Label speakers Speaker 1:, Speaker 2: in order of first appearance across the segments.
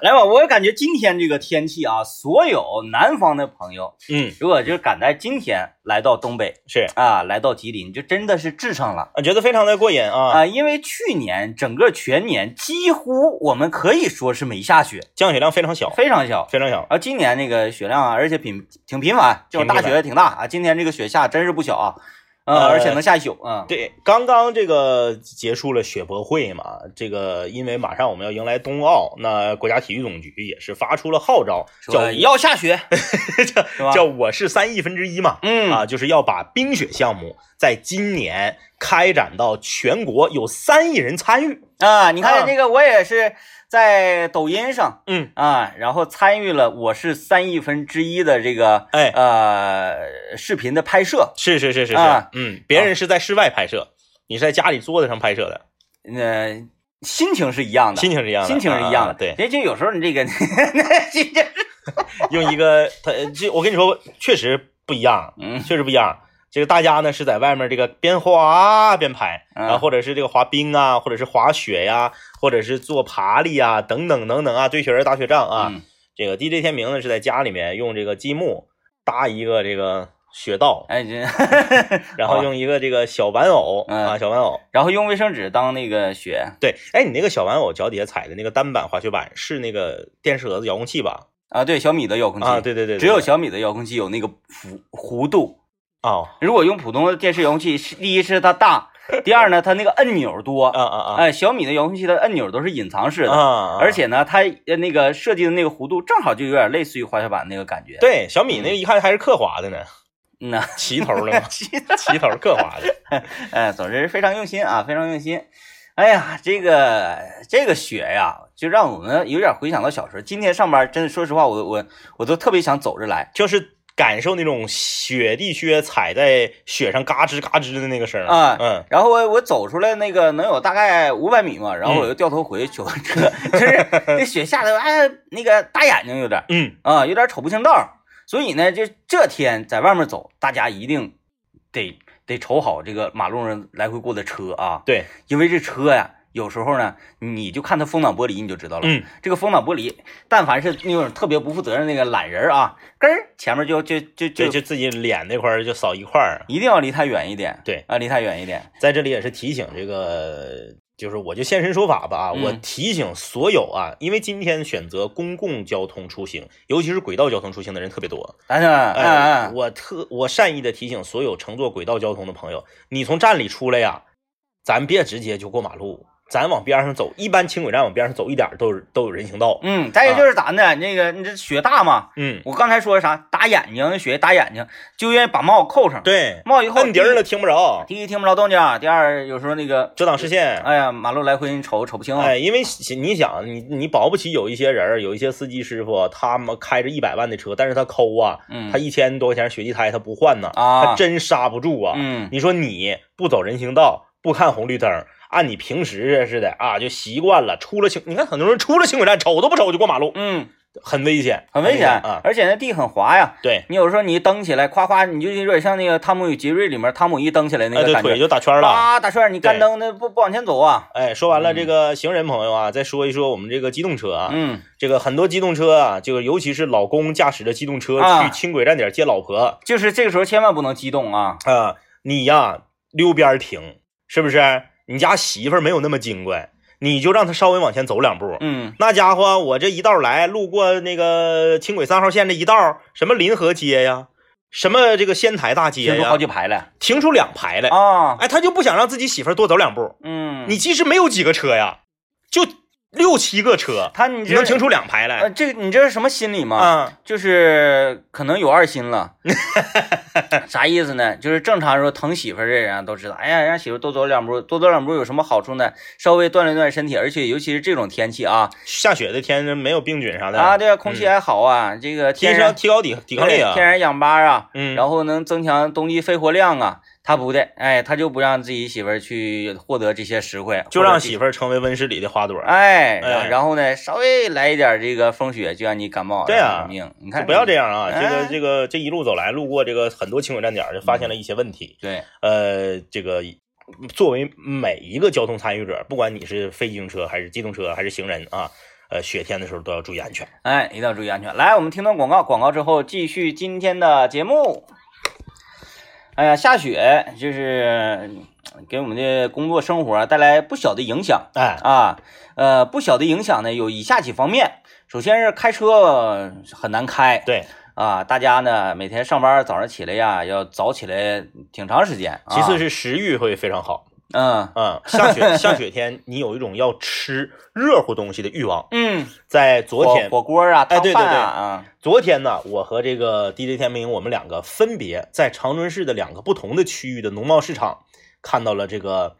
Speaker 1: 来吧，我感觉今天这个天气啊，所有南方的朋友，
Speaker 2: 嗯，
Speaker 1: 如果就是赶在今天来到东北
Speaker 2: 是
Speaker 1: 啊，来到吉林，就真的是至上了
Speaker 2: 啊，觉得非常的过瘾啊，
Speaker 1: 啊！因为去年整个全年几乎我们可以说是没下雪，
Speaker 2: 降雪量非常小，
Speaker 1: 非常小。
Speaker 2: 非常小。
Speaker 1: 然后今年那个雪量啊，而且频挺频繁，这种
Speaker 2: 挺
Speaker 1: 大
Speaker 2: 频繁
Speaker 1: 雪挺大啊。今天这个雪下真是不小啊，呃，
Speaker 2: 呃
Speaker 1: 而且能下一宿啊。
Speaker 2: 对，刚刚这个结束了雪博会嘛，这个因为马上我们要迎来冬奥，那国家体育总局也是发出了号召，叫
Speaker 1: 说哎要下雪， 是吧
Speaker 2: 叫我是三亿分之一嘛，
Speaker 1: 嗯
Speaker 2: 啊，就是要把冰雪项目在今年开展到全国有三亿人参与。
Speaker 1: 啊，你看
Speaker 2: 啊
Speaker 1: 这个，我也是在抖音上
Speaker 2: 嗯，
Speaker 1: 啊，然后参与了我是三亿分之一的这个
Speaker 2: 哎，
Speaker 1: 呃视频的拍摄，
Speaker 2: 是是是是是，
Speaker 1: 啊
Speaker 2: 嗯，别人是在室外拍摄，你是在家里桌子上拍摄的，
Speaker 1: 呃，心情是一样的，
Speaker 2: 心情是一样的，
Speaker 1: 心情是一样
Speaker 2: 啊
Speaker 1: 的，
Speaker 2: 对，
Speaker 1: 也就有时候你这个 心情，
Speaker 2: 用一个他这，我跟你说，确实不一 样，
Speaker 1: 嗯
Speaker 2: 确实不一样。这个大家呢是在外面这个边滑边拍，
Speaker 1: 嗯
Speaker 2: 然后或者是这个滑冰啊，或者是滑雪呀、或者是做爬犁啊，等等等等啊，堆雪人、打雪仗啊。
Speaker 1: 嗯
Speaker 2: 这个 DJ 天明呢是在家里面用这个积木搭一个这个雪道，
Speaker 1: 哎这，
Speaker 2: 然后用一个这个小玩偶、
Speaker 1: 嗯
Speaker 2: 啊，小玩偶。
Speaker 1: 然后用卫生纸当那个雪
Speaker 2: 对，哎，你那个小玩偶脚底下踩的那个单板滑雪板是那个电视盒子遥控器吧？
Speaker 1: 啊，对，小米的遥控器
Speaker 2: 啊，，对对对对，
Speaker 1: 只有
Speaker 2: 对
Speaker 1: 小米的遥控器有那个弧弧度，
Speaker 2: 哦，
Speaker 1: 如果用普通的电视遥控器，是第一是它大，第二呢它那个按钮多
Speaker 2: 啊啊
Speaker 1: 哎，小米的遥控器的按钮都是隐藏式
Speaker 2: 啊
Speaker 1: 的，
Speaker 2: 啊！
Speaker 1: 而且呢，它呃那个设计的那个弧度正好就有点类似于滑雪板那个感觉。，
Speaker 2: 对，小米那个一看还是刻划 的呢，
Speaker 1: 嗯呐，
Speaker 2: 齐头的嘛，齐头刻划的。
Speaker 1: 哎，总之非常用心啊，非常用心。哎呀，这个这个雪呀，就让我们有点回想到小时候。今天上班真的，说实话，我我我都特别想走着来
Speaker 2: 就是感受那种雪地靴踩在雪上嘎吱嘎吱的那个声儿
Speaker 1: 啊
Speaker 2: 嗯，
Speaker 1: 然后我我走出来那个能有大概五百米嘛，然
Speaker 2: 嗯
Speaker 1: 后我又掉头回去取完车，就是那雪下的哎那个大眼睛有点
Speaker 2: 嗯，
Speaker 1: 啊，有点瞅不清道儿。所以呢，就这天在外面走，大家一定得得瞅好这个马路上来回过的车啊，
Speaker 2: 对，
Speaker 1: 因为这车呀，有时候呢，你就看它风挡玻璃，你就知道了。
Speaker 2: 嗯，
Speaker 1: 这个风挡玻璃，但凡是那种特别不负责任那个懒人啊，根儿前面就就就
Speaker 2: 对，
Speaker 1: 就
Speaker 2: 就自己脸那块儿就扫一块儿。
Speaker 1: 一定要离它远一点。
Speaker 2: 对
Speaker 1: 啊，离它远一点。
Speaker 2: 在这里也是提醒这个，就是我就现身说法吧啊，
Speaker 1: 嗯
Speaker 2: 我提醒所有啊，因为今天选择公共交通出行，尤其是轨道交通出行的人特别多。
Speaker 1: 但是，嗯
Speaker 2: 哎，
Speaker 1: 嗯，
Speaker 2: 我特我善意的提醒所有乘坐轨道交通的朋友，你从站里出来呀、咱别直接就过马路，咱往边上走。一般轻轨站往边上走一点儿都是都有人行道。
Speaker 1: 嗯，再一个就是咋的，那个你这雪大嘛，
Speaker 2: 嗯，
Speaker 1: 我刚才说啥打眼睛，雪打眼睛，就愿意把帽扣上，
Speaker 2: 对，
Speaker 1: 帽一扣
Speaker 2: 摁底儿了听不着，
Speaker 1: 第一听不着动静儿，第二有时候那个，
Speaker 2: 遮挡视线。
Speaker 1: 哎呀，马路来回你瞅瞅不清。啊
Speaker 2: 哎，因为你想，你你保不齐有一些人儿，有一些司机师傅，他们开着一百万的车，但是他抠啊，
Speaker 1: 嗯
Speaker 2: 他一千多块钱雪地胎他不换呢，
Speaker 1: 啊
Speaker 2: 他真刹不住啊。
Speaker 1: 嗯，
Speaker 2: 你说你不走人行道，不看红绿灯，按你平时似的啊，就习惯了，出了轻，你看很多人出了轻轨站瞅都不瞅就过马路，
Speaker 1: 嗯，
Speaker 2: 很危险，
Speaker 1: 很危险，
Speaker 2: 啊。
Speaker 1: 而且那地很滑呀。
Speaker 2: 对，
Speaker 1: 你有时候你蹬起来，夸夸，你就有点像那个《汤姆与杰瑞》里面汤姆一蹬起来那
Speaker 2: 哎，
Speaker 1: 个
Speaker 2: 对，
Speaker 1: 感
Speaker 2: 腿
Speaker 1: 觉，
Speaker 2: 就打圈了。
Speaker 1: 啊，大帅，你干
Speaker 2: 对
Speaker 1: 蹬那不不往前走啊？
Speaker 2: 哎，说完了这个行人朋友啊，再说一说我们这个机动车啊，
Speaker 1: 嗯，
Speaker 2: 这个很多机动车啊，这个尤其是老公驾驶的机动车
Speaker 1: 啊
Speaker 2: 去轻轨站点接老婆
Speaker 1: 就是这个时候千万不能激动啊。
Speaker 2: 啊，你呀溜边儿停，是不是？你家媳妇儿没有那么精乖，你就让她稍微往前走两步，
Speaker 1: 嗯，
Speaker 2: 那家伙，我这一道来，路过那个轻轨三号线这一道，什么临河街呀，什么这个仙台大
Speaker 1: 停
Speaker 2: 街
Speaker 1: 出好
Speaker 2: 呀，
Speaker 1: 几排了
Speaker 2: 停出两排来。
Speaker 1: 啊。
Speaker 2: 哎，他就不想让自己媳妇儿多走两步。
Speaker 1: 嗯，
Speaker 2: 你即使没有几个车呀，就六七个车，
Speaker 1: 他你
Speaker 2: 你
Speaker 1: 这
Speaker 2: 能停出两排
Speaker 1: 呃，
Speaker 2: 来
Speaker 1: 这个你这是什么心理吗？
Speaker 2: 啊？
Speaker 1: 就是可能有二心 了，啥意思呢？就是正常说疼媳妇儿的人啊都知道，哎呀，让媳妇儿多走两步，多走两步有什么好处呢？稍微锻炼锻炼身体，而且尤其是这种天气啊，
Speaker 2: 下雪的天没有病菌啥的
Speaker 1: 啊，，对啊，空气还好啊，这个
Speaker 2: 提
Speaker 1: 天
Speaker 2: 升
Speaker 1: 然
Speaker 2: 嗯提高抵抵抗力啊
Speaker 1: 对。天然氧吧啊，
Speaker 2: 嗯，
Speaker 1: 然后能增强冬季肺活量啊。他不的，哎，他就不让自己媳妇儿去获得这些实惠，
Speaker 2: 就
Speaker 1: 妇。
Speaker 2: 让媳妇儿成为温室里的花朵，
Speaker 1: 哎，
Speaker 2: 哎
Speaker 1: 然然后呢，稍微来一点这个风雪就让你感冒，
Speaker 2: 对啊
Speaker 1: 要命！你看
Speaker 2: 不要这，样啊！这
Speaker 1: 哎
Speaker 2: 个这个这一路走来，路过这个很多轻轨站点儿，就发现了一些问题。
Speaker 1: 对，
Speaker 2: 呃，这个作为每一个交通参与者，不管你是非机动车还是机动车还是行人啊，呃雪天的时候都要注意安全。
Speaker 1: 哎，一定要注意安全。来，我们听段广告，广告之后继续今天的节目。哎呀，下雪就是给我们的工作生活啊带来不小的影响
Speaker 2: 哎，
Speaker 1: 啊。呃，不小的影响呢有以下几方面，首先是开车很难开
Speaker 2: 对，
Speaker 1: 啊，大家呢每天上班早上起来呀要早起来挺长时间。啊
Speaker 2: 其次是食欲会非常好。
Speaker 1: 嗯
Speaker 2: 嗯，下雪下雪天，你有一种要吃热乎东西的欲望。
Speaker 1: 嗯，
Speaker 2: 在昨天，
Speaker 1: 火火锅啊，
Speaker 2: 哎
Speaker 1: 汤
Speaker 2: 对对
Speaker 1: 饭啊，
Speaker 2: 昨天呢，我和这个 DJ 天明，我们两个分别在长春市的两个不同的区域的农贸市场看到了这个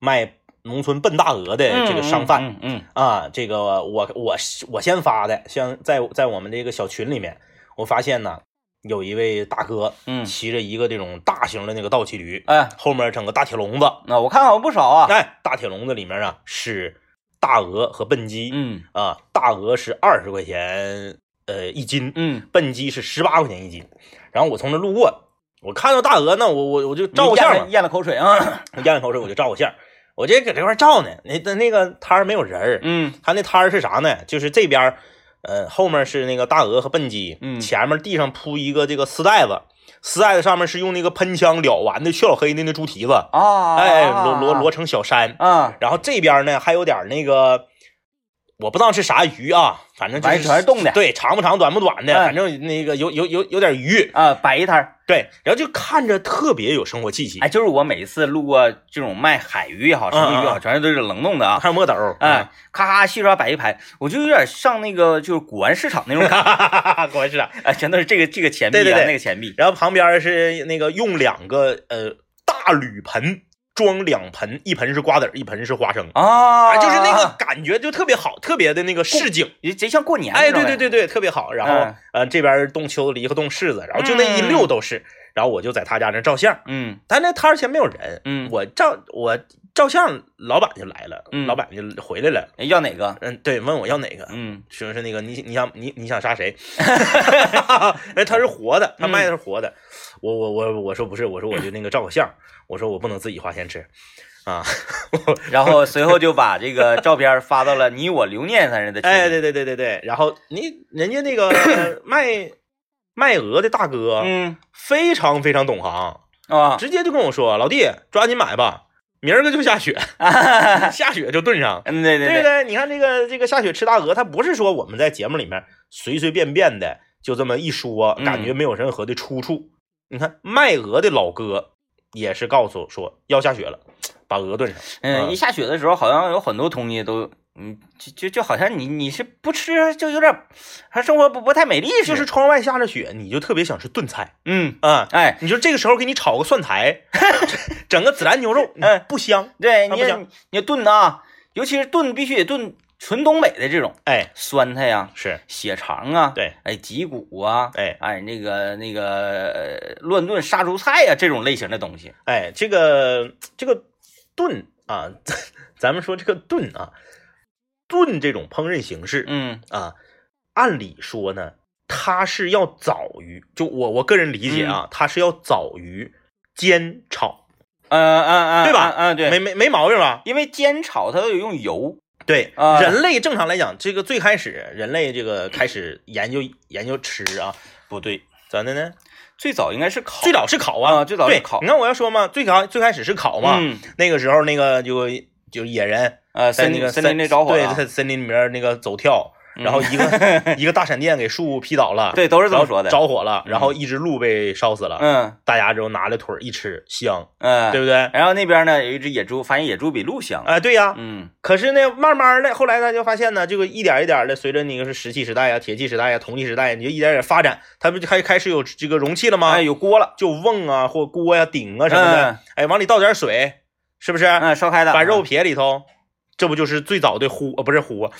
Speaker 2: 卖农村笨大鹅的
Speaker 1: 嗯
Speaker 2: 哎这个商贩。
Speaker 1: 嗯嗯，
Speaker 2: 啊，这个我我我先发的，像在在我们这个小群里面，我发现呢，有一位大哥，
Speaker 1: 嗯
Speaker 2: 骑着一个这种大型的那个倒骑驴，
Speaker 1: 嗯哎，
Speaker 2: 后面整个大铁笼子，
Speaker 1: 那我看好像不少啊，
Speaker 2: 哎，大铁笼子里面啊是大鹅和笨鸡，
Speaker 1: 嗯
Speaker 2: 啊，大鹅是二十块钱呃一斤，
Speaker 1: 嗯，
Speaker 2: 笨鸡是十八块钱一斤，然后我从那路过，我看到大鹅呢，我我我就照个相
Speaker 1: 咽
Speaker 2: 嘛
Speaker 1: 了，咽了口水 啊，
Speaker 2: 我咽了口水，我就照个相，我这搁这块照呢，那那那个摊儿没有人儿，
Speaker 1: 嗯
Speaker 2: 他那摊儿是啥呢？就是这边儿，呃，后面是那个大鹅和笨鸡，
Speaker 1: 嗯
Speaker 2: 前面地上铺一个这个丝带子，丝带子上面是用那个喷枪燎完的血老黑的那猪蹄子，
Speaker 1: 啊，
Speaker 2: 哎，摞摞摞成小山。
Speaker 1: 啊，
Speaker 2: 然后这边呢还有点那个，我不知道是啥鱼啊，反正就
Speaker 1: 反
Speaker 2: 是
Speaker 1: 正全是冻的
Speaker 2: 对，长不长短不短的，
Speaker 1: 嗯
Speaker 2: 反正那个有有有有点鱼，
Speaker 1: 啊，摆一摊儿，
Speaker 2: 对，然后就看着特别有生活气息，
Speaker 1: 哎，就是我每次路过这种卖海鱼也好，什么鱼也
Speaker 2: 嗯嗯
Speaker 1: 好，全是都是冷冻的啊，
Speaker 2: 还有墨斗，
Speaker 1: 哎，咔咔细刷摆一排，我就有点上那个就是古玩市场那种 感觉，
Speaker 2: 嗯，果然是啊。
Speaker 1: 哎，全都是这个这个钱币
Speaker 2: 对对
Speaker 1: 啊，
Speaker 2: 对
Speaker 1: 那个钱币，
Speaker 2: 然后旁边是那个用两个呃大铝盆装两盆，一盆是瓜子儿，一盆是花生，
Speaker 1: 啊，
Speaker 2: 啊，就是那个感觉就特别好，特别的那个市井。
Speaker 1: 也贼像过年，
Speaker 2: 哎，对对，对对，特别好。然后
Speaker 1: 嗯
Speaker 2: 呃，这边冻秋梨和冻柿子，然后就那一溜都是。然后我就在他家那照相，
Speaker 1: 嗯
Speaker 2: 但那摊儿前没有人，
Speaker 1: 嗯，
Speaker 2: 我照我照相，老板就来了，
Speaker 1: 嗯
Speaker 2: 老板就回来了，
Speaker 1: 哎要哪个？
Speaker 2: 嗯，对，问我要哪个，
Speaker 1: 嗯
Speaker 2: 说是那个你你想你你想杀谁？ 那他是活的，他
Speaker 1: 嗯
Speaker 2: 卖的是活的。我我我我说不是，我说我就那个照个相，我说我不能自己花钱吃啊。
Speaker 1: 然 后随后就把这个照片发到了你我留念三人的群里，
Speaker 2: 哎，对对对对对，然后你人家 那个卖卖鹅的大哥
Speaker 1: 嗯
Speaker 2: 非常非常懂行，
Speaker 1: 啊，
Speaker 2: 直接就跟我说老弟抓紧买吧，明儿个就 下雪，下雪就炖上。
Speaker 1: 嗯对对
Speaker 2: 对不，对？你看这个这个下雪吃大鹅，它不是说我们在节目里面随随便便的就这么一说，
Speaker 1: 嗯
Speaker 2: 感觉没有任何的出处。你看卖鹅的老哥也是告诉说要下雪了，把鹅炖上。
Speaker 1: 嗯，
Speaker 2: 嗯
Speaker 1: 一下雪的时候，好像有很多东西都，嗯，就就就好像你你是不吃，就有点，还生活不不太美丽似的，
Speaker 2: 就是窗外下着雪，你就特别想吃炖菜
Speaker 1: 嗯，
Speaker 2: 啊、
Speaker 1: 哎，
Speaker 2: 你说这个时候给你炒个蒜苔，整个孜然牛肉，
Speaker 1: 嗯
Speaker 2: 嗯，不香。
Speaker 1: 对
Speaker 2: 它
Speaker 1: 你
Speaker 2: 不像
Speaker 1: 你你炖啊，尤其是炖必须得炖纯东北的这种
Speaker 2: 哎，
Speaker 1: 酸菜呀、
Speaker 2: 是
Speaker 1: 血肠啊，
Speaker 2: 对，
Speaker 1: 哎，脊骨啊，
Speaker 2: 哎
Speaker 1: 哎，那个那个呃乱炖杀猪菜呀、这种类型的东西，
Speaker 2: 哎，这个这个炖啊， 咱们说这个炖啊，炖这种烹饪形式，
Speaker 1: 嗯，
Speaker 2: 啊，按理说呢，它是要早于，就我我个人理解
Speaker 1: 嗯
Speaker 2: 啊，它是要早于煎炒，
Speaker 1: 呃呃呃，
Speaker 2: 对吧
Speaker 1: 啊、呃对，
Speaker 2: 没没没毛病吧？
Speaker 1: 因为煎炒它都有用油，
Speaker 2: 对，
Speaker 1: 啊
Speaker 2: 人类正常来讲，这个最开始人类这个开始研究研究吃啊，
Speaker 1: 不对，
Speaker 2: 咋的呢？
Speaker 1: 最早应该是烤，
Speaker 2: 最早是烤啊，
Speaker 1: 啊最早是
Speaker 2: 对
Speaker 1: 烤
Speaker 2: 你看我要说嘛，最早最开始是烤嘛，
Speaker 1: 嗯，
Speaker 2: 那个时候那个就就野人
Speaker 1: 呃，
Speaker 2: 在
Speaker 1: 森
Speaker 2: 那
Speaker 1: 林
Speaker 2: 个
Speaker 1: 森林里着火
Speaker 2: 对，
Speaker 1: 了啊，嗯
Speaker 2: 在森林里面那个走跳。然后一个、 一个大闪电给树劈倒了，
Speaker 1: 对，都是这么说的。
Speaker 2: 着火了，
Speaker 1: 嗯
Speaker 2: 然后一只鹿被烧死了，
Speaker 1: 嗯
Speaker 2: 大家就拿着腿儿一吃，香，
Speaker 1: 嗯，
Speaker 2: 对不对？哎、
Speaker 1: 然后那边呢有一只野猪，发现野猪比鹿香。
Speaker 2: 对呀、
Speaker 1: 嗯
Speaker 2: 可是呢，慢慢的，后来大家发现呢，这个一点一点的，随着你是石器时代呀、铁器时代呀、铜器时代呀，你就一点点发展，它不就开开始有这个容器了吗？
Speaker 1: 哎，有锅了，
Speaker 2: 就瓮啊或锅呀、鼎啊啊什么的，
Speaker 1: 嗯
Speaker 2: 哎，往里倒点水，是不是？
Speaker 1: 嗯，烧开的，
Speaker 2: 把肉撇里头，这不就是最早的烀？呃，不是烀，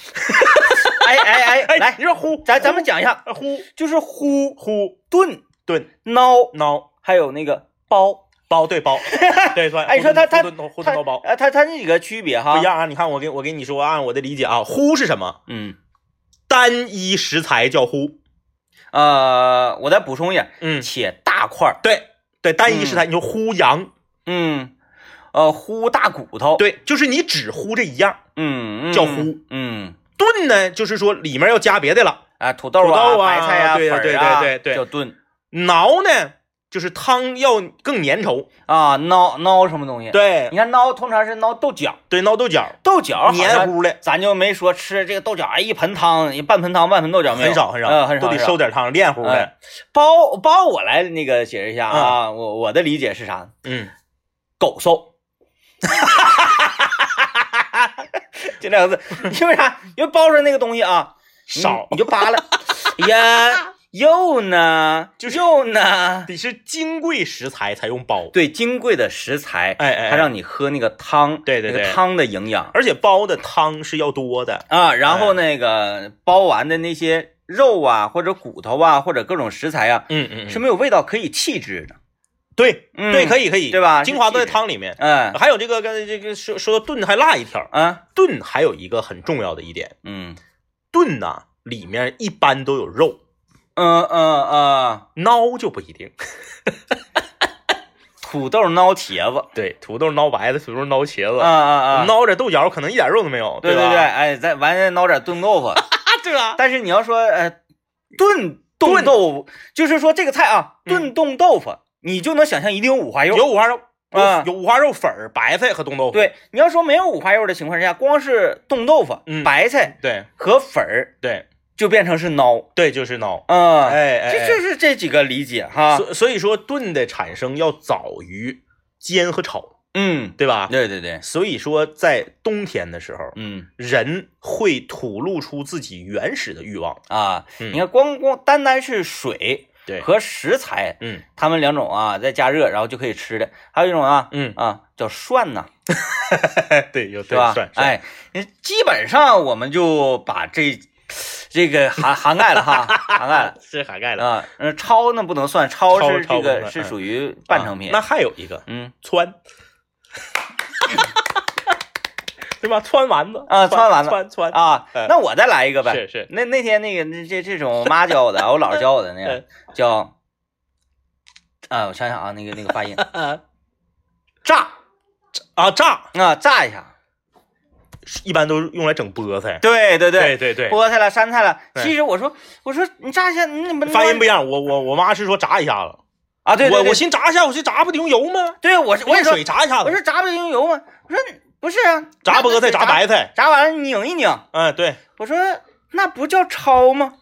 Speaker 1: 哎哎哎，来，
Speaker 2: 你说烀，
Speaker 1: 咱咱们讲一下，
Speaker 2: 烀
Speaker 1: 就是呼
Speaker 2: 烀
Speaker 1: 炖
Speaker 2: 炖
Speaker 1: 孬，
Speaker 2: 孬
Speaker 1: 还有那个包，
Speaker 2: 包，对 包，对对。
Speaker 1: 哎你说它它
Speaker 2: 啊烀炖烀
Speaker 1: 它
Speaker 2: 炖包包。
Speaker 1: 呃，它它这几个区别哈，
Speaker 2: 不一，样啊！你看我给我给你说，按我的理解啊，烀是什么？
Speaker 1: 嗯
Speaker 2: 单一食材叫烀。
Speaker 1: 呃，我再补充一下，
Speaker 2: 嗯，
Speaker 1: 且大块儿，
Speaker 2: 对对，单一食材你就烀羊，
Speaker 1: 嗯，呃，呼大骨头，，
Speaker 2: 对，就是你只烀这一样
Speaker 1: 嗯，嗯
Speaker 2: 叫呼，
Speaker 1: 嗯，
Speaker 2: 炖呢，就是说里面要加别的了；
Speaker 1: 啊，土豆
Speaker 2: 土豆啊
Speaker 1: 白菜呀、
Speaker 2: 对
Speaker 1: 粉
Speaker 2: 对
Speaker 1: 儿啊
Speaker 2: 对对对
Speaker 1: 叫炖
Speaker 2: 熬呢，就是汤要更粘稠。
Speaker 1: 啊，孬孬什么东西？，
Speaker 2: 对
Speaker 1: 你看孬通常是孬豆角，
Speaker 2: 对，熬豆角，
Speaker 1: 豆角哦好像
Speaker 2: 黏糊的，
Speaker 1: 咱就没说吃这个豆角，哎，一盆汤，一半盆汤，半盆豆角没有，
Speaker 2: 很少很少，
Speaker 1: 呃很少，
Speaker 2: 都得
Speaker 1: 很少哎
Speaker 2: 收点汤，炼糊嗯的。
Speaker 1: 包包我来那个解释一下啊，我我的理解是啥？
Speaker 2: 嗯，
Speaker 1: 狗瘦。 就两个字，因为啥？因为包出来那个东西啊，你
Speaker 2: 少
Speaker 1: 你就扒拉，呀，又呢，就又呢，
Speaker 2: 得是金贵食材才用煲。
Speaker 1: 对，金贵的食材，
Speaker 2: 哎哎哎
Speaker 1: 它让你喝那个汤，
Speaker 2: 对对
Speaker 1: 那个
Speaker 2: 对
Speaker 1: 汤的营养
Speaker 2: 而且煲的汤是要多的。
Speaker 1: 啊，然
Speaker 2: 哎
Speaker 1: 后那个包完的那些肉啊，或者骨头啊，或者各种食材啊，
Speaker 2: 嗯嗯
Speaker 1: 是
Speaker 2: 是
Speaker 1: 没有味道可以弃之的，
Speaker 2: 对、
Speaker 1: 嗯
Speaker 2: 对，可以可以，
Speaker 1: 对吧
Speaker 2: 精华都在
Speaker 1: 是
Speaker 2: 汤里面。
Speaker 1: 嗯
Speaker 2: 还有这个，刚才这个说说到炖还落一条，
Speaker 1: 啊，
Speaker 2: 炖还有一个很重要的一点，
Speaker 1: 嗯
Speaker 2: 炖呐、里面一般都有肉，
Speaker 1: 嗯嗯嗯，
Speaker 2: 孬就不一定。
Speaker 1: 土豆孬茄子，
Speaker 2: 对，土豆孬白的，土豆孬茄
Speaker 1: 啊
Speaker 2: 子，
Speaker 1: 啊啊，
Speaker 2: 孬点豆角可能一点肉都没有，
Speaker 1: 对
Speaker 2: 吧？
Speaker 1: 对，哎，再完再孬点炖 豆腐，
Speaker 2: 啊，对吧？
Speaker 1: 但是你要说呃炖冻
Speaker 2: 炖
Speaker 1: 豆腐，就是说这个菜啊
Speaker 2: 嗯
Speaker 1: 炖冻豆腐，你就能想象一定有五花肉，
Speaker 2: 有五花肉，有
Speaker 1: 啊
Speaker 2: 有五花肉粉儿、白菜和冻豆腐。
Speaker 1: 对，你要说没有五花肉的情况下，光是冻豆腐、
Speaker 2: 嗯
Speaker 1: 白菜
Speaker 2: 对
Speaker 1: 和粉儿
Speaker 2: 对
Speaker 1: 就变成是孬，
Speaker 2: 对，就是孬。
Speaker 1: 嗯，
Speaker 2: 哎哎，
Speaker 1: 这
Speaker 2: 哎
Speaker 1: 就是这几个理解哈，
Speaker 2: 所所以说炖的产生要早于煎和炒，
Speaker 1: 嗯，
Speaker 2: 对吧？
Speaker 1: 对对对，
Speaker 2: 所以说在冬天的时候，
Speaker 1: 嗯
Speaker 2: 人会吐露出自己原始的欲望。
Speaker 1: 啊，
Speaker 2: 嗯
Speaker 1: 你看光光单单是水
Speaker 2: 对
Speaker 1: 和食材，
Speaker 2: 嗯
Speaker 1: 它们两种啊再加热，然后就可以吃的，还有一种啊
Speaker 2: 嗯，
Speaker 1: 啊叫涮呐，哎
Speaker 2: 对，有对
Speaker 1: 是吧
Speaker 2: 算？算
Speaker 1: 哎，基本上我们就把这这个涵涵盖了哈，涵 盖了。
Speaker 2: 是涵盖了。
Speaker 1: 啊，嗯，超那不能算，超
Speaker 2: 超
Speaker 1: 是
Speaker 2: 超
Speaker 1: 这个
Speaker 2: 不算
Speaker 1: 是
Speaker 2: 嗯
Speaker 1: 属于半成品。
Speaker 2: 啊那还有一 个
Speaker 1: 嗯
Speaker 2: 汆， 对吧？汆丸子
Speaker 1: 啊汆丸子
Speaker 2: 汆汆
Speaker 1: 啊，
Speaker 2: 呃
Speaker 1: 那我再来一个呗。
Speaker 2: 是 是
Speaker 1: 那那天那个那这这种我妈教我 的，我姥儿教我的那
Speaker 2: 哎
Speaker 1: 个叫，啊，我想想啊，那个那个发 音
Speaker 2: 炸啊炸，
Speaker 1: 啊，炸一下。
Speaker 2: 一般都是用来整菠菜。
Speaker 1: 对对
Speaker 2: 对
Speaker 1: 对，
Speaker 2: 对对，
Speaker 1: 菠菜了，山菜了。
Speaker 2: 对
Speaker 1: 其实我说我说你炸一下，你怎么
Speaker 2: 发音不一样。我我我妈是说炸一下子，
Speaker 1: 啊？对对
Speaker 2: 我
Speaker 1: 对
Speaker 2: 我寻炸一下，我寻炸不得用油吗？
Speaker 1: 对我是我
Speaker 2: 用
Speaker 1: 也说
Speaker 2: 水炸一下
Speaker 1: 我
Speaker 2: 子，
Speaker 1: 说炸不用油吗？我说不是啊，
Speaker 2: 炸菠
Speaker 1: 那
Speaker 2: 菜、炸白，菜。
Speaker 1: 炸完了拧一拧。
Speaker 2: 嗯，对，
Speaker 1: 我说那不叫焯吗？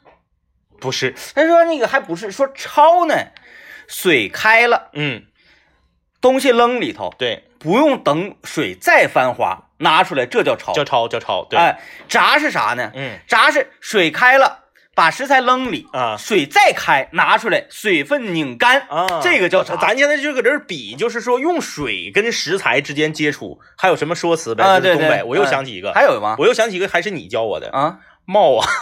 Speaker 2: 不是，
Speaker 1: 他说那个还不是说焯呢，水开了，
Speaker 2: 嗯，
Speaker 1: 东西扔里头，
Speaker 2: 对，
Speaker 1: 不用等水再翻花，拿出来这叫焯。
Speaker 2: 叫焯叫焯，对，
Speaker 1: 哦哎，炸是啥呢？
Speaker 2: 嗯
Speaker 1: 炸是水开了，把食材扔里，
Speaker 2: 啊
Speaker 1: 水再开，拿出来，水分拧干，
Speaker 2: 啊，
Speaker 1: 这个叫炸。
Speaker 2: 咱现在就搁这儿比，就是说用水跟食材之间接触，还有什么说辞呗？
Speaker 1: 啊，
Speaker 2: 就是
Speaker 1: 对
Speaker 2: 东
Speaker 1: 对，
Speaker 2: 北，我又
Speaker 1: 嗯
Speaker 2: 想起一个，
Speaker 1: 还有吗？
Speaker 2: 我又想起一个，还是你教我的
Speaker 1: 啊，
Speaker 2: 帽啊。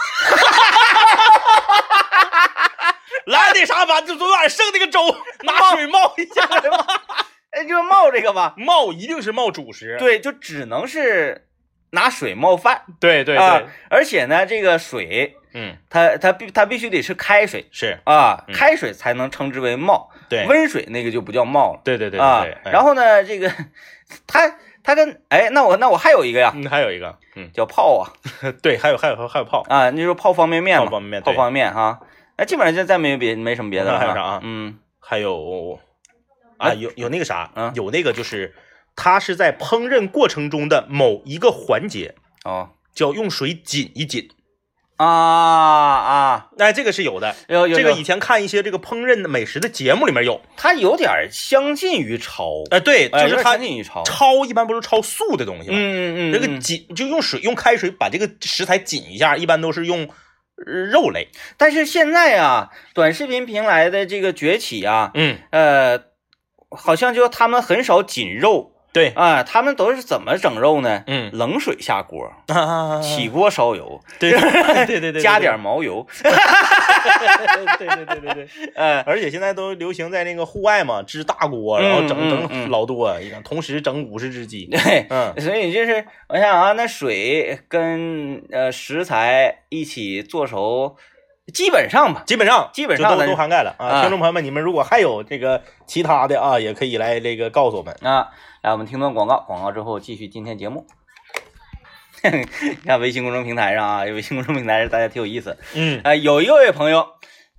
Speaker 2: 来那啥吧，就昨晚剩那个粥，拿水冒一下。
Speaker 1: 哎，就是冒这个吧，
Speaker 2: 冒一定是冒主食。
Speaker 1: 对，就只能是拿水冒饭
Speaker 2: 对对
Speaker 1: 啊，而且呢，这个水
Speaker 2: 嗯，
Speaker 1: 它它必它必须得是开水。
Speaker 2: 是
Speaker 1: 啊，
Speaker 2: 嗯
Speaker 1: 开水才能称之为冒，
Speaker 2: 对，
Speaker 1: 温水那个就不叫冒了
Speaker 2: 对对对对
Speaker 1: 啊
Speaker 2: 对。。嗯
Speaker 1: 然
Speaker 2: 后
Speaker 1: 后呢，这个它它跟哎，那我那我还有一个呀，
Speaker 2: 嗯，还有一个，嗯，
Speaker 1: 叫泡啊
Speaker 2: 对，还有还有还有泡，
Speaker 1: 啊，那就是泡方便面嘛，
Speaker 2: 泡方便面
Speaker 1: 泡
Speaker 2: 对
Speaker 1: 方便面哈。那基本上就再没别没什么别的了哈。
Speaker 2: 那 还有啥啊
Speaker 1: 嗯
Speaker 2: 还有啊，有有那个啥
Speaker 1: 嗯，
Speaker 2: 有那个就是它是在烹饪过程中的某一个环节，
Speaker 1: 哦
Speaker 2: 叫用水紧一紧。
Speaker 1: 啊啊，
Speaker 2: 哎，这个是有的。
Speaker 1: 有有
Speaker 2: 这个
Speaker 1: 有
Speaker 2: 以前看一些这个烹饪的美食的节目里面有，
Speaker 1: 它有点儿相近于焯，
Speaker 2: 哎，对，
Speaker 1: 哎
Speaker 2: 就
Speaker 1: 有
Speaker 2: 是
Speaker 1: 点
Speaker 2: 它
Speaker 1: 相近于焯。
Speaker 2: 焯一般不是焯素的东西
Speaker 1: 嗯
Speaker 2: 吗？
Speaker 1: 嗯嗯，
Speaker 2: 这个
Speaker 1: 嗯
Speaker 2: 紧就用水用开水把这个食材紧一下，一般都是用呃肉类。
Speaker 1: 但是现在啊，短视频平台的这个崛起啊，
Speaker 2: 嗯，
Speaker 1: 呃，好像就他们很少紧肉，
Speaker 2: 对，
Speaker 1: 啊，他们都是怎么整肉呢？
Speaker 2: 嗯
Speaker 1: 冷水下锅，
Speaker 2: 啊
Speaker 1: 起锅烧油，
Speaker 2: 对对对对对，
Speaker 1: 加点儿毛油，
Speaker 2: 对，对对对对对。
Speaker 1: 呃，
Speaker 2: 而且现在都流行在那个户外嘛，支大锅，然后整
Speaker 1: 嗯嗯
Speaker 2: 整
Speaker 1: 嗯
Speaker 2: 老多，一个同时整五十只鸡。
Speaker 1: 对，
Speaker 2: 嗯，
Speaker 1: 呃 所以就是我想啊，那水跟呃食材一起做熟，基本上吧，
Speaker 2: 基本上
Speaker 1: 基本
Speaker 2: 就
Speaker 1: 上
Speaker 2: 都
Speaker 1: 咱
Speaker 2: 都涵盖了
Speaker 1: 啊
Speaker 2: 啊。听众朋友们，你们如果还有这个其他的啊，也可以来这个告诉我们。
Speaker 1: 啊，来我们听段广告，广告之后继续今天节目。你 看微信公众平台上啊，微信公众平台上大家挺有意思。
Speaker 2: 嗯
Speaker 1: 呃，有一位朋友，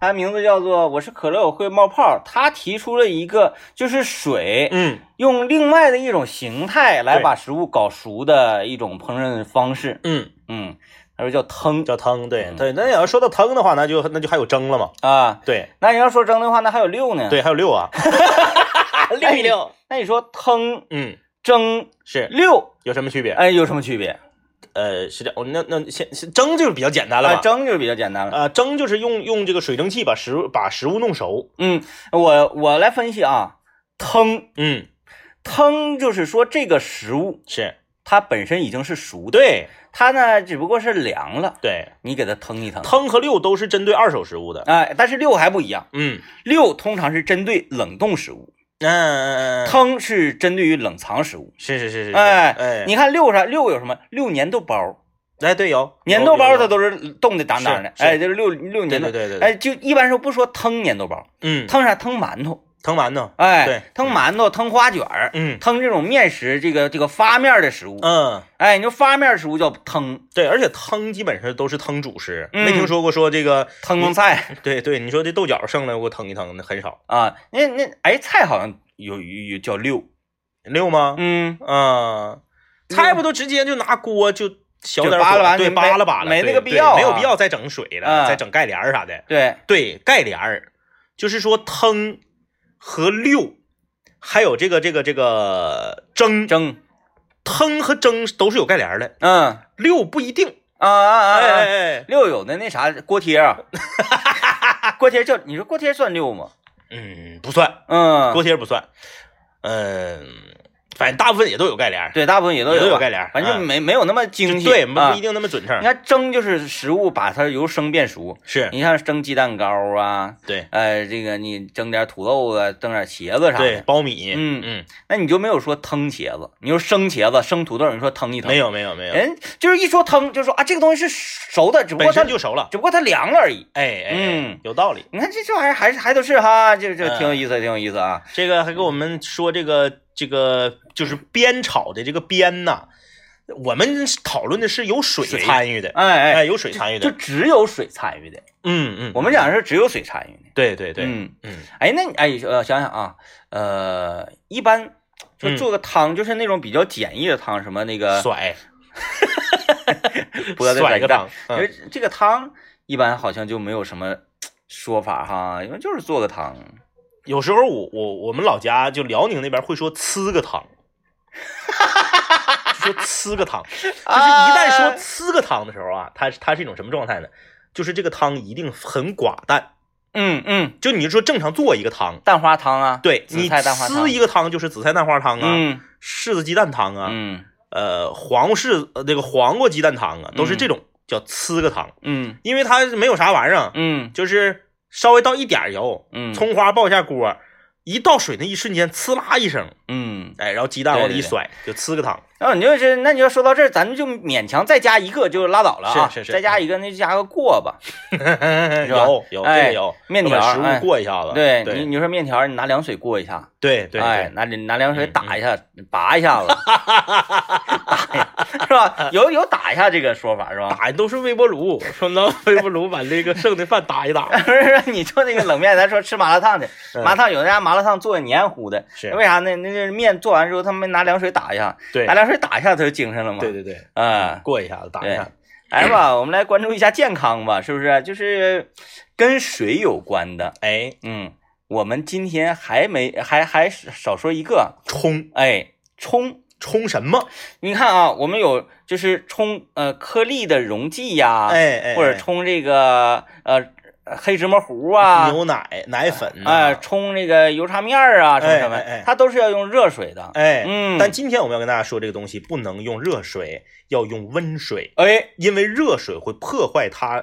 Speaker 1: 他名字叫做我是可乐，我会冒泡。他提出了一个，就是水
Speaker 2: 嗯，
Speaker 1: 用另外的一种形态来
Speaker 2: 对
Speaker 1: 把食物搞熟的一种烹饪方式。
Speaker 2: 嗯，
Speaker 1: 嗯，他说叫汤
Speaker 2: 叫汤，对
Speaker 1: 嗯
Speaker 2: 对。那你要说到汤的话，那就那就还有蒸了嘛，
Speaker 1: 啊。
Speaker 2: 对
Speaker 1: 那你要说蒸的话，那还有六呢。，
Speaker 2: 对，还有六啊，
Speaker 1: 六一六。那你说汤
Speaker 2: 嗯，
Speaker 1: 蒸
Speaker 2: 是
Speaker 1: 六，
Speaker 2: 有什么区别？
Speaker 1: 哎，有什么区别？
Speaker 2: 呃，是这，哦，那那先先蒸就是比较简单了
Speaker 1: 啊，
Speaker 2: 吧？
Speaker 1: 蒸就是比较简单了。
Speaker 2: 呃，蒸就是用用这个水蒸气把食物把食物弄熟，
Speaker 1: 嗯，我我来分析啊，汤
Speaker 2: 嗯，
Speaker 1: 汤就是说这个食物
Speaker 2: 是
Speaker 1: 它本身已经是熟的，
Speaker 2: 对
Speaker 1: 它呢只不过是凉了，
Speaker 2: 对，
Speaker 1: 你给它腾一腾。
Speaker 2: 汤和六都是针对二手食物的，
Speaker 1: 哎，但是六还不一样，
Speaker 2: 嗯
Speaker 1: 六通常是针对冷冻食物，
Speaker 2: 嗯嗯嗯，嗯
Speaker 1: 汤是针对于冷藏食物。
Speaker 2: 是是是是，是
Speaker 1: 哎
Speaker 2: 哎，
Speaker 1: 你看六啥？六有什么？六粘豆包，
Speaker 2: 哎对有
Speaker 1: 粘豆包它都
Speaker 2: 都
Speaker 1: 是冻的当当的，
Speaker 2: 是是
Speaker 1: 哎，就是六六
Speaker 2: 对
Speaker 1: 粘豆
Speaker 2: 对。对对，对
Speaker 1: 哎，就一般说不说腾粘豆包，
Speaker 2: 嗯，
Speaker 1: 腾啥？腾馒头，
Speaker 2: 藤馒头，对
Speaker 1: 哎，腾馒头，腾花卷儿，
Speaker 2: 嗯
Speaker 1: 腾这种面食，这个这个发面的食物。
Speaker 2: 嗯。
Speaker 1: 哎，你说发面食物叫腾
Speaker 2: 对，而且汤基本上都是汤主食，
Speaker 1: 嗯
Speaker 2: 没听说过说这个
Speaker 1: 腾腾菜
Speaker 2: 对对，你说这豆角剩了给我腾一腾，那很少。
Speaker 1: 啊，那那哎菜好像有有有叫六，
Speaker 2: 六吗？
Speaker 1: 嗯，
Speaker 2: 嗯，菜不都直接就拿锅就小
Speaker 1: 就
Speaker 2: 点
Speaker 1: 扒
Speaker 2: 火
Speaker 1: 拉完
Speaker 2: 对，
Speaker 1: 没
Speaker 2: 扒拉扒拉，
Speaker 1: 没那
Speaker 2: 对
Speaker 1: 个必
Speaker 2: 对
Speaker 1: 要
Speaker 2: 没有
Speaker 1: 啊
Speaker 2: 必要再整水了，
Speaker 1: 啊
Speaker 2: 再整盖帘儿啥的。
Speaker 1: 对，
Speaker 2: 对，盖帘儿就是说腾和六，还有这个这个这个蒸
Speaker 1: 蒸，
Speaker 2: 腾和蒸都是有盖帘儿的，
Speaker 1: 嗯啊
Speaker 2: 六不一定。
Speaker 1: 啊啊
Speaker 2: 哎
Speaker 1: 啊啊，
Speaker 2: 哎哎，
Speaker 1: 六有那那啥锅贴 啊，锅贴叫你说锅贴算六吗？
Speaker 2: 嗯，不算，锅
Speaker 1: 嗯，
Speaker 2: 贴不算，嗯，反正大部分也都有盖帘儿，
Speaker 1: 对，大部分也都
Speaker 2: 也都有
Speaker 1: 吧
Speaker 2: 盖帘儿
Speaker 1: 反正
Speaker 2: 嗯
Speaker 1: 没没有那么精
Speaker 2: 就
Speaker 1: 细，
Speaker 2: 对，
Speaker 1: 啊
Speaker 2: 不一。定那么准
Speaker 1: 你
Speaker 2: 成，
Speaker 1: 看蒸就是食物把它由生变熟，
Speaker 2: 是
Speaker 1: 你像蒸鸡蛋糕啊，
Speaker 2: 对
Speaker 1: 呃，这个你蒸点土豆啊，蒸点茄子啥
Speaker 2: 对，
Speaker 1: 的，
Speaker 2: 苞米，
Speaker 1: 嗯
Speaker 2: 嗯，
Speaker 1: 那你就没有说腾茄子，你说生茄子、生土豆，你说腾一腾，
Speaker 2: 没有没有没有，
Speaker 1: 人就是一说腾就说啊，这个东西是熟的，只哎不
Speaker 2: 本
Speaker 1: 过它
Speaker 2: 身就熟了，
Speaker 1: 只不过它凉了而已。
Speaker 2: 哎哎，哎
Speaker 1: 嗯
Speaker 2: 有道理。
Speaker 1: 你看这这玩意儿还是还都是哈，这这
Speaker 2: 嗯
Speaker 1: 挺有意思，挺有意思啊。
Speaker 2: 这个还给我们说这个这个就是煸炒的这个煸呐，我们讨论的是有水
Speaker 1: 水
Speaker 2: 参与的，
Speaker 1: 哎
Speaker 2: 哎，
Speaker 1: 哎，
Speaker 2: 有水参与
Speaker 1: 就
Speaker 2: 的，
Speaker 1: 只有水参与的，
Speaker 2: 嗯嗯，
Speaker 1: 我们讲的是只有水参与的。
Speaker 2: 对对对，
Speaker 1: 嗯，
Speaker 2: 嗯
Speaker 1: 哎，那你哎呃想想啊，呃，一般就
Speaker 2: 嗯
Speaker 1: 做个汤，就是那种比较简易的汤，什么那个
Speaker 2: 甩
Speaker 1: 脖子
Speaker 2: 甩
Speaker 1: 甩
Speaker 2: 个
Speaker 1: 蛋，因
Speaker 2: 档，嗯
Speaker 1: 为这个汤一般好像就没有什么说法哈，因为就是做个汤。
Speaker 2: 有时候我我我们老家就辽宁那边会说呲个汤。就说呲 个汤，就是一旦说呲个汤的时候啊，它它是一种什么状态呢？就是这个汤一定很寡淡。
Speaker 1: 嗯嗯，
Speaker 2: 就你说正常做一个汤，
Speaker 1: 蛋花汤啊，
Speaker 2: 对
Speaker 1: 紫
Speaker 2: 你
Speaker 1: 菜蛋花汤
Speaker 2: 呲一个汤就是紫菜蛋花汤啊，
Speaker 1: 嗯
Speaker 2: 柿子鸡蛋汤啊，
Speaker 1: 嗯
Speaker 2: 呃，黄柿呃那个黄瓜鸡蛋汤啊，都是
Speaker 1: 嗯
Speaker 2: 这种、叫呲个汤，
Speaker 1: 嗯
Speaker 2: 因为它没有啥玩意儿，
Speaker 1: 嗯
Speaker 2: 就是稍微倒一点儿油，
Speaker 1: 嗯，
Speaker 2: 葱花爆一下锅，一倒水那一瞬间，呲啦一声，
Speaker 1: 嗯，
Speaker 2: 哎，然后鸡蛋往里
Speaker 1: 对
Speaker 2: 一
Speaker 1: 对对
Speaker 2: 甩，就呲 个汤。
Speaker 1: 然后你就是，那你要说到这儿，咱们就勉强再加一个就拉倒了啊，
Speaker 2: 是是是嗯
Speaker 1: 再加一个那就加个过吧。吧
Speaker 2: 有有这
Speaker 1: 哎
Speaker 2: 个有，
Speaker 1: 面
Speaker 2: 要把
Speaker 1: 条哎
Speaker 2: 食物过一下子，
Speaker 1: 对
Speaker 2: 对
Speaker 1: 你，你说面条，你拿凉水过一下，
Speaker 2: 对对
Speaker 1: 哎，
Speaker 2: 对，嗯
Speaker 1: 拿拿凉水打一下，拔一下子，打一下是吧？有有打一下这个说法是吧？
Speaker 2: 打的都是微波炉，说拿微波炉把那个剩的饭打一打
Speaker 1: 。不是说你做那个冷面，咱说吃麻辣烫去，
Speaker 2: 嗯
Speaker 1: 麻辣烫有的家麻辣烫做的黏糊的，
Speaker 2: 是
Speaker 1: 为啥呢？那那面做完之后，他们拿凉水打一下，
Speaker 2: 对
Speaker 1: 拿凉水打一下，他就精神了嘛。
Speaker 2: 对对对，
Speaker 1: 啊，
Speaker 2: 过一下子打一下子，
Speaker 1: 来吧，我们来关注一下健康吧，是不是？就是跟水有关的。
Speaker 2: 哎，
Speaker 1: 嗯，我们今天还没还还少说一个，
Speaker 2: 冲
Speaker 1: 哎，冲。
Speaker 2: 冲什么？
Speaker 1: 你看啊，我们有就是冲呃颗粒的溶剂呀、
Speaker 2: 哎哎，
Speaker 1: 啊或者
Speaker 2: 哎
Speaker 1: 冲这个呃黑芝麻糊啊，
Speaker 2: 牛奶、奶粉啊呐
Speaker 1: 哎、冲这个油茶面儿啊，什么什么，
Speaker 2: 哎哎哎
Speaker 1: 它都是要用热水的。
Speaker 2: 哎，
Speaker 1: 嗯
Speaker 2: 但今天我们要跟大家说这个东西不能用热水，要用温水，
Speaker 1: 哎，
Speaker 2: 因为热水会破坏它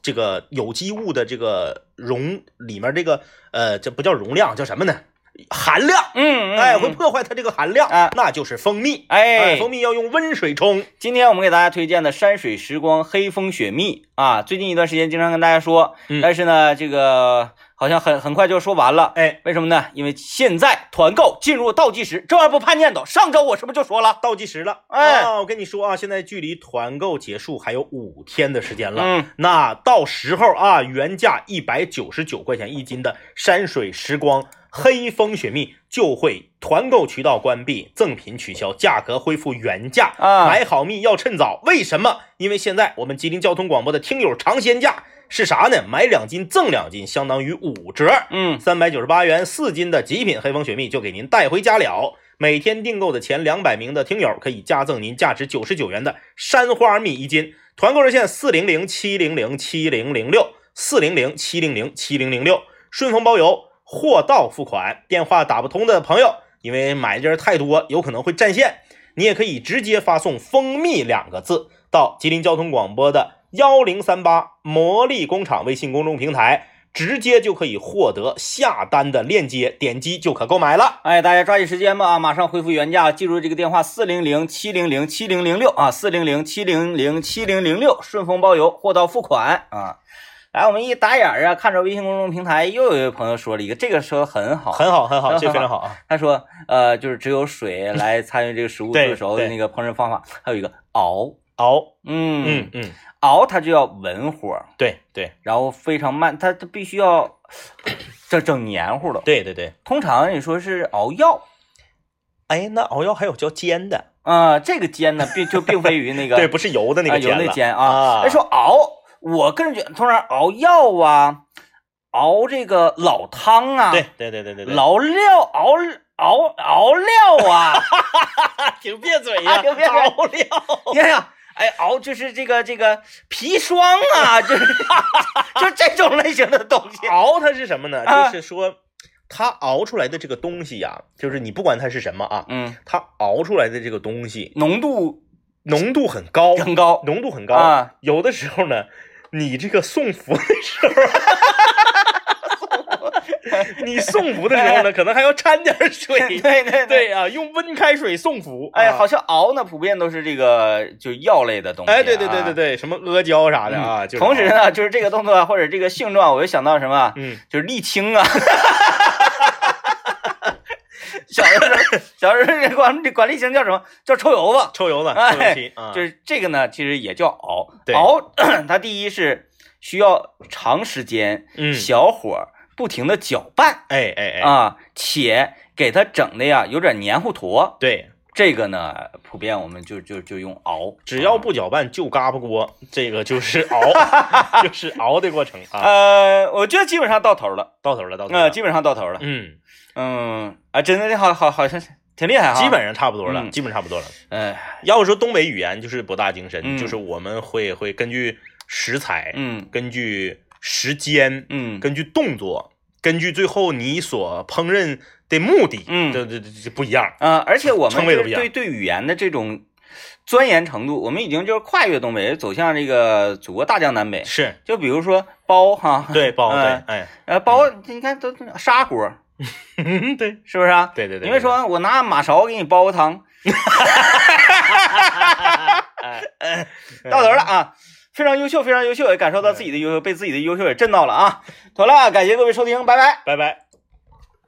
Speaker 2: 这个有机物的这个容里面这个呃，这不叫容量，叫什么呢？含量，
Speaker 1: 嗯，嗯
Speaker 2: 哎，会
Speaker 1: 嗯
Speaker 2: 破坏它这个含量，
Speaker 1: 啊
Speaker 2: 那就是蜂蜜。
Speaker 1: 哎，
Speaker 2: 蜂蜜要用温水冲，
Speaker 1: 今天我们给大家推荐的山水时光黑蜂雪蜜啊，最近一段时间经常跟大家说，
Speaker 2: 嗯
Speaker 1: 但是呢，这个好像很很快就说完了。
Speaker 2: 哎，
Speaker 1: 为什么呢？因为现在团购进入倒计时，这玩意儿不怕念叨。上周我是不是就说了？
Speaker 2: 倒计时了，
Speaker 1: 哎
Speaker 2: 啊，我跟你说啊，现在距离团购结束还有五天的时间了。
Speaker 1: 嗯，
Speaker 2: 那到时候啊，原价一百九十九块钱一斤的山水时光黑蜂雪蜜就会团购渠道关闭，赠品取消，价格恢复原价。
Speaker 1: 啊
Speaker 2: 买好蜜要趁早，为什么？因为现在我们吉林交通广播的听友尝鲜价是啥呢？买两斤赠两斤，相当于五折。
Speaker 1: 嗯，
Speaker 2: 三百九十八元四斤的极品黑蜂雪蜜就给您带回家了。每天订购的前两百名的听友可以加赠您价值九十九元的山花蜜一斤。团购热线四零零七零零七零零六四零零七零零七零零六，顺丰包邮，货到付款。电话打不通的朋友，因为买的人太多，有可能会占线，你也可以直接发送“蜂蜜”两个字到吉林交通广播的幺零三八魔力工厂微信公众平台，直接就可以获得下单的链接，点击就可购买了。
Speaker 1: 哎，大家抓紧时间吧啊，马上恢复原价，记住这个电话四零零七零零七零零六啊，四零零七零零七零零六，顺丰包邮，货到付款啊。来，我们一打眼儿啊，看着微信公众平台又有一位朋友说了一个，这个说的很好，
Speaker 2: 很好，很 好，这非常好啊！
Speaker 1: 他说呃，就是只有 水来参与这个食物
Speaker 2: 对
Speaker 1: 做熟的
Speaker 2: 对
Speaker 1: 那个烹饪方法，还有一个熬，
Speaker 2: 熬，
Speaker 1: 嗯
Speaker 2: 嗯嗯，
Speaker 1: 熬它就要文火，
Speaker 2: 对对
Speaker 1: 然后非常慢，它它必须要 这整黏糊了。
Speaker 2: 对对对。
Speaker 1: 通常你说是熬药。
Speaker 2: 哎，那熬药还有叫煎的，
Speaker 1: 啊、这个煎呢，并就并非于那个
Speaker 2: 对，不是哎油的那
Speaker 1: 啊
Speaker 2: 个
Speaker 1: 有
Speaker 2: 煎
Speaker 1: 那
Speaker 2: 了。
Speaker 1: 煎啊。
Speaker 2: 啊
Speaker 1: 哎，说熬，我个人觉得，通常熬药啊，熬这个老汤啊，
Speaker 2: 对对对对对对，
Speaker 1: 老料熬熬熬料啊，
Speaker 2: 停别嘴
Speaker 1: 呀
Speaker 2: 熬料。
Speaker 1: 呀呀。哎，熬就是这个这个砒霜啊，就是 就这种类型的东西。
Speaker 2: 熬它是什么呢？
Speaker 1: 啊
Speaker 2: 就是说，它熬出来的这个东西呀、就是你不管它是什么啊，
Speaker 1: 嗯，
Speaker 2: 它熬出来的这个东西
Speaker 1: 浓度
Speaker 2: 浓度很 高，
Speaker 1: 很高
Speaker 2: 浓度很高。
Speaker 1: 啊，
Speaker 2: 有的时候呢，你这个送服的时候， 你送服的时候呢，可能还要掺点
Speaker 1: 对
Speaker 2: 水。
Speaker 1: 对对
Speaker 2: 对。啊，用温开水送服。
Speaker 1: 哎，
Speaker 2: 啊
Speaker 1: 好。像熬呢，普遍都是这个就药类的东西、啊。
Speaker 2: 哎，对对对对对，什么阿胶啥的啊，就是
Speaker 1: 嗯同时
Speaker 2: 熬，
Speaker 1: 呢，就是这个动作啊或者这个性状，我又想到什么啊，
Speaker 2: 嗯，
Speaker 1: 就是沥青啊。 小的时候，小的时候这管这管沥青叫什么？叫抽油子。
Speaker 2: 抽油子，抽油漆
Speaker 1: 哎，
Speaker 2: 啊，
Speaker 1: 就是这个呢，其实也叫熬。
Speaker 2: 对
Speaker 1: 熬， 它第一是需要长时间、
Speaker 2: 嗯，
Speaker 1: 小火儿不停的搅拌
Speaker 2: 哎哎哎，
Speaker 1: 啊，且给它整的呀有点黏糊坨。
Speaker 2: 对，
Speaker 1: 这个呢，普遍我们就就就用熬，
Speaker 2: 只要
Speaker 1: 啊
Speaker 2: 不搅拌就嘎巴锅，这个就是熬， 就是熬的过程啊。
Speaker 1: 呃，我觉得基本上到头了，
Speaker 2: 到头了，到头
Speaker 1: 呃，
Speaker 2: 了，
Speaker 1: 基本上到头了。
Speaker 2: 嗯，
Speaker 1: 嗯啊，真的好好好像是挺厉害哈。
Speaker 2: 基本上差不多了，
Speaker 1: 嗯
Speaker 2: 基本上差不多了。
Speaker 1: 哎，
Speaker 2: 要说东北语言就是博大精深，
Speaker 1: 嗯
Speaker 2: 就是我们会会根据食材，
Speaker 1: 嗯
Speaker 2: 根据时间，
Speaker 1: 嗯，
Speaker 2: 根据动作，根据最后你所烹饪的目的，
Speaker 1: 嗯
Speaker 2: 对对对，这不一样。
Speaker 1: 啊，而且我们
Speaker 2: 称谓都
Speaker 1: 就
Speaker 2: 不
Speaker 1: 是
Speaker 2: 一样
Speaker 1: 对对语言的这种钻研程度，我们已经就是跨越东北，走向这个祖国大江南北。
Speaker 2: 是
Speaker 1: 就比如说包哈，
Speaker 2: 对包对，
Speaker 1: 嗯
Speaker 2: 哎，
Speaker 1: 呃，包你看都砂锅
Speaker 2: 对对
Speaker 1: 是不是啊？
Speaker 2: 对对对，
Speaker 1: 你会说我拿马勺给你煲个 汤，到头了啊！非常优啊秀，非常优秀，也感受到自己的优秀，被自己的优秀也震到了啊！妥了，感谢各位收听，拜拜。
Speaker 2: 拜拜。